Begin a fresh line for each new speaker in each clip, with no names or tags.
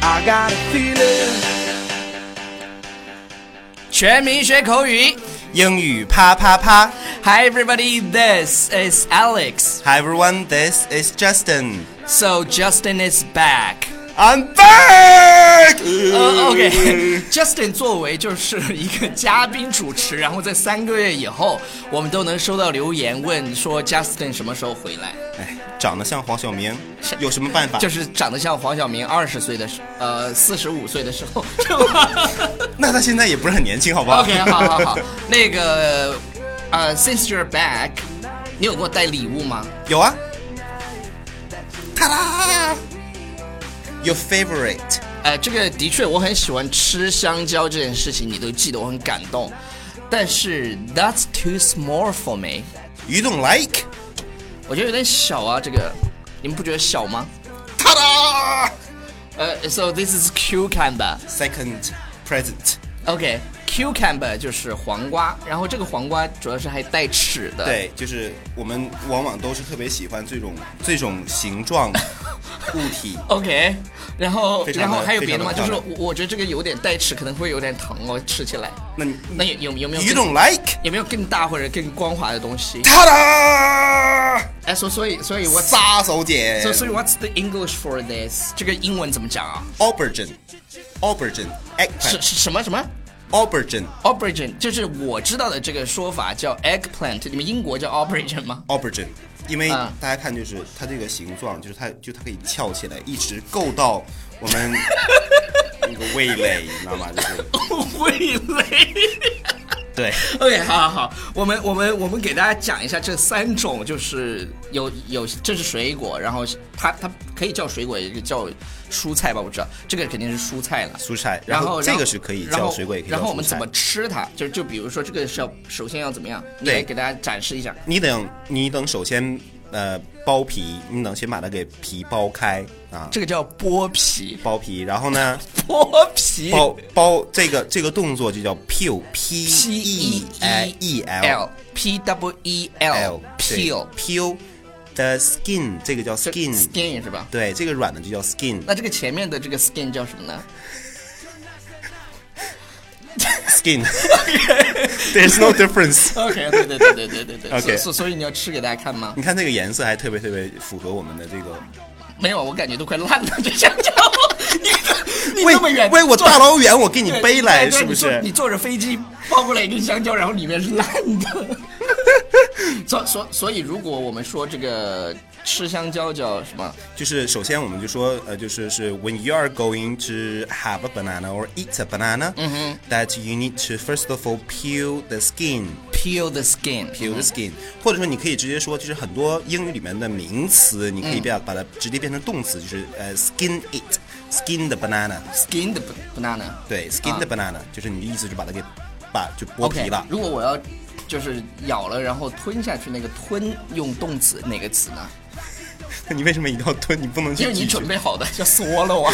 I got a feeling
全民学口语。
英语啪啪啪
Hi everybody, this is Alex.
！Hi everyone, this is Justin.
So Justin is back.
I'm back.
呃、o k Justin 作为就是一个嘉宾主持，然后在三个月以后，我们都能收到留言问说 Justin 什么时候回来，
哎，长得像黄晓明，有什么办法？
就是长得像黄晓明二十岁的时，呃，四十五岁的时候。
那他现在也不是很年轻，好不好
OK，好好好，那个，呃，Since you're back，你有给我带礼物吗？
有啊。哒啦，Your favorite，
呃，这个的确我很喜欢吃香蕉这件事情，你都记得，我很感动。但是 That's too small for me，
you don't like？
我觉得有点小啊，这个你们不觉得小吗？
哒啦
呃，So this is cucumber。
，second present。
OK，cucumber、就是黄瓜，然后这个黄瓜主要是还带齿的。，
对，就是我们往往都是特别喜欢这种这种形 状物体。
OK，然后
非常
然后
的
还有别的吗？
非常
就是
的漂
我
亮
我觉得这个有点带齿，可能会有点疼哦，吃起来。
那你
那有有有没有
you
更
don't like？
有没有更大或者更光滑的东西？
哒啦，
哎，所所以所以我
杀手锏。
So, so what's the English for this？这个英文怎么讲啊？
aubergine aubergine
是
eggplant
是什么什么
aubergine
？Origin，就是我知道的这个说法叫 eggplant，你们英国叫 origin 吗？
aubergine，因为
啊
大家看就是它这个形状，就是它就它可以翘起来，一直够到我 们那个味蕾，你知道吗？就是
味蕾。
对
OK，好好好，我们我们我们给大家讲一下这三种，就是有有这是水果，然后它它可以叫水果，也可以叫蔬菜吧，我知道这个肯定是蔬菜了。
蔬菜，
然
后
后
这个是可以
然
叫
后
水果，也可以叫
然后我们
蔬
怎
菜
么吃它？就就比如说这个是要首先要怎么样？你
对
来给大家展示一下。
你等你等，首先呃剥皮，你等先把它给皮剥开啊，
这个叫剥皮，
剥皮，然后呢
剥皮
剥剥这个这个动作就叫 peel p
P
e
E
I e
L P W E L peel
peel peel the skin，这个叫 skin，
skin 是吧？
对，这个软的就叫 skin
那这个前面的这个 skin 叫什么呢
skin。There's no difference。
？OK，对对对对对对对。
OK
所所以你要吃给大家看吗？
你看这个颜色还特别特别符合我们的这 个，
没有，我感觉都快烂了，这香蕉。你你这么远，
喂，我
坐
大老远我给你
对
背来，
对对
是不
你坐
是
你？坐着飞机抱过来一根香蕉，然后里面是烂的。所所所以，如果我们说这个吃香蕉叫什么？
就是首先我们就说，呃，就是是 when you are going to have a banana or eat a banana，that
嗯
you need to first of all peel the skin。
peel the skin。
peel the skin，、或者说你可以直接说，就是很多英语里面的名词，你可以
嗯
把把它直接变成动词，就是呃 skin it，skin the banana，
skin 的 banana。
对，skin the banana，、就是你的意思就把它给把就剥皮了
o k 啊如果我要就是咬了然后吞下去，那个吞用动词哪个词呢？
那 你为什么一定要吞？你不能去
就是你
拒绝
准备好的就缩了我。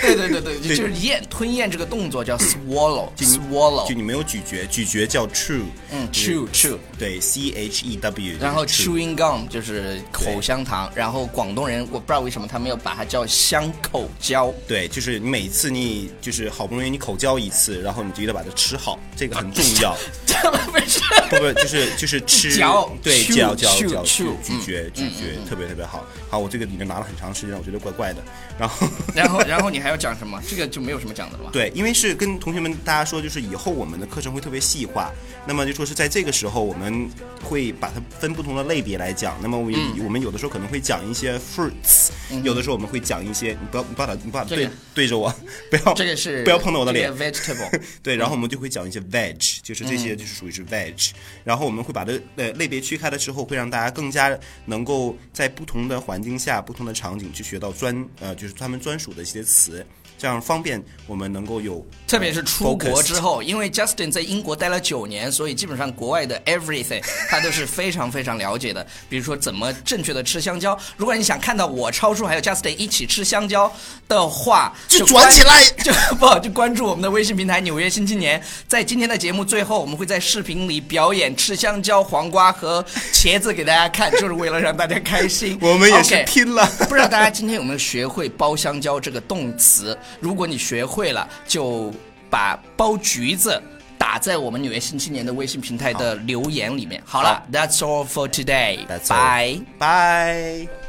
对对对对，就是咽吞咽这个动作叫 swallow
就你
swallow
就你没有咀嚼，咀嚼叫 chew，嗯
chew chew，
对，c h e w，
然后
就是
chewing gum 就是口香糖，然后广东人我不知道为什么他们要把它叫香口胶。
对，就是你每次你就是好不容易你口交一次，然后你就得把它吃好，这个很重要。
这不是
不不，就是就是吃
嚼
对，
chew，
嚼嚼
chew，
嚼
chew，，
咀嚼咀嚼，特别特别好。好，我这个已经拿了很长时间，我觉得怪怪的。然后
然后然后你还要讲什么？这个就没有什么讲的了吧？
对，因为是跟同学们大家说，就是以后我们的课程会特别细化，那么就说是在这个时候，我们会把它分不同的类别来讲。那么我们、
嗯
我们有的时候可能会讲一些 fruits，、有的时候我们会讲一些，你不要你不要打你不要
这
对、
个
对着我， 不要
这个是
不要碰到我的
这
脸
个。vegetable。
对，然后我们就会讲一些 veg，就是这
嗯
些就是属于是 veg，、然后我们会把它呃类别区开了之后，会让大家更加能够在不同的环境下、不同的场景去学到专呃就是他们专属的一些词。这样方便我们能够有，
特别是出国之
后。
后，因为 Justin 在英国待了九年，所以基本上国外的 everything 他都是非常非常了解的。比如说怎么正确的吃香蕉，如果你想看到我超叔还有 Justin 一起吃香蕉的话，
就
关
转起来
就不就关注我们的微信平台《纽约新青年》。在今天的节目最后，我们会在视频里表演吃香蕉、黄瓜和茄子给大家看，就是为了让大家开心
。我们也是
OK
拼了。
不知道大家今天有没有学会包香蕉这个动词？如果你学会了，就把包橘子打在我们纽约新青年的微信平台的留言里面。好了，That's all for today，
That's all.
bye。
拜。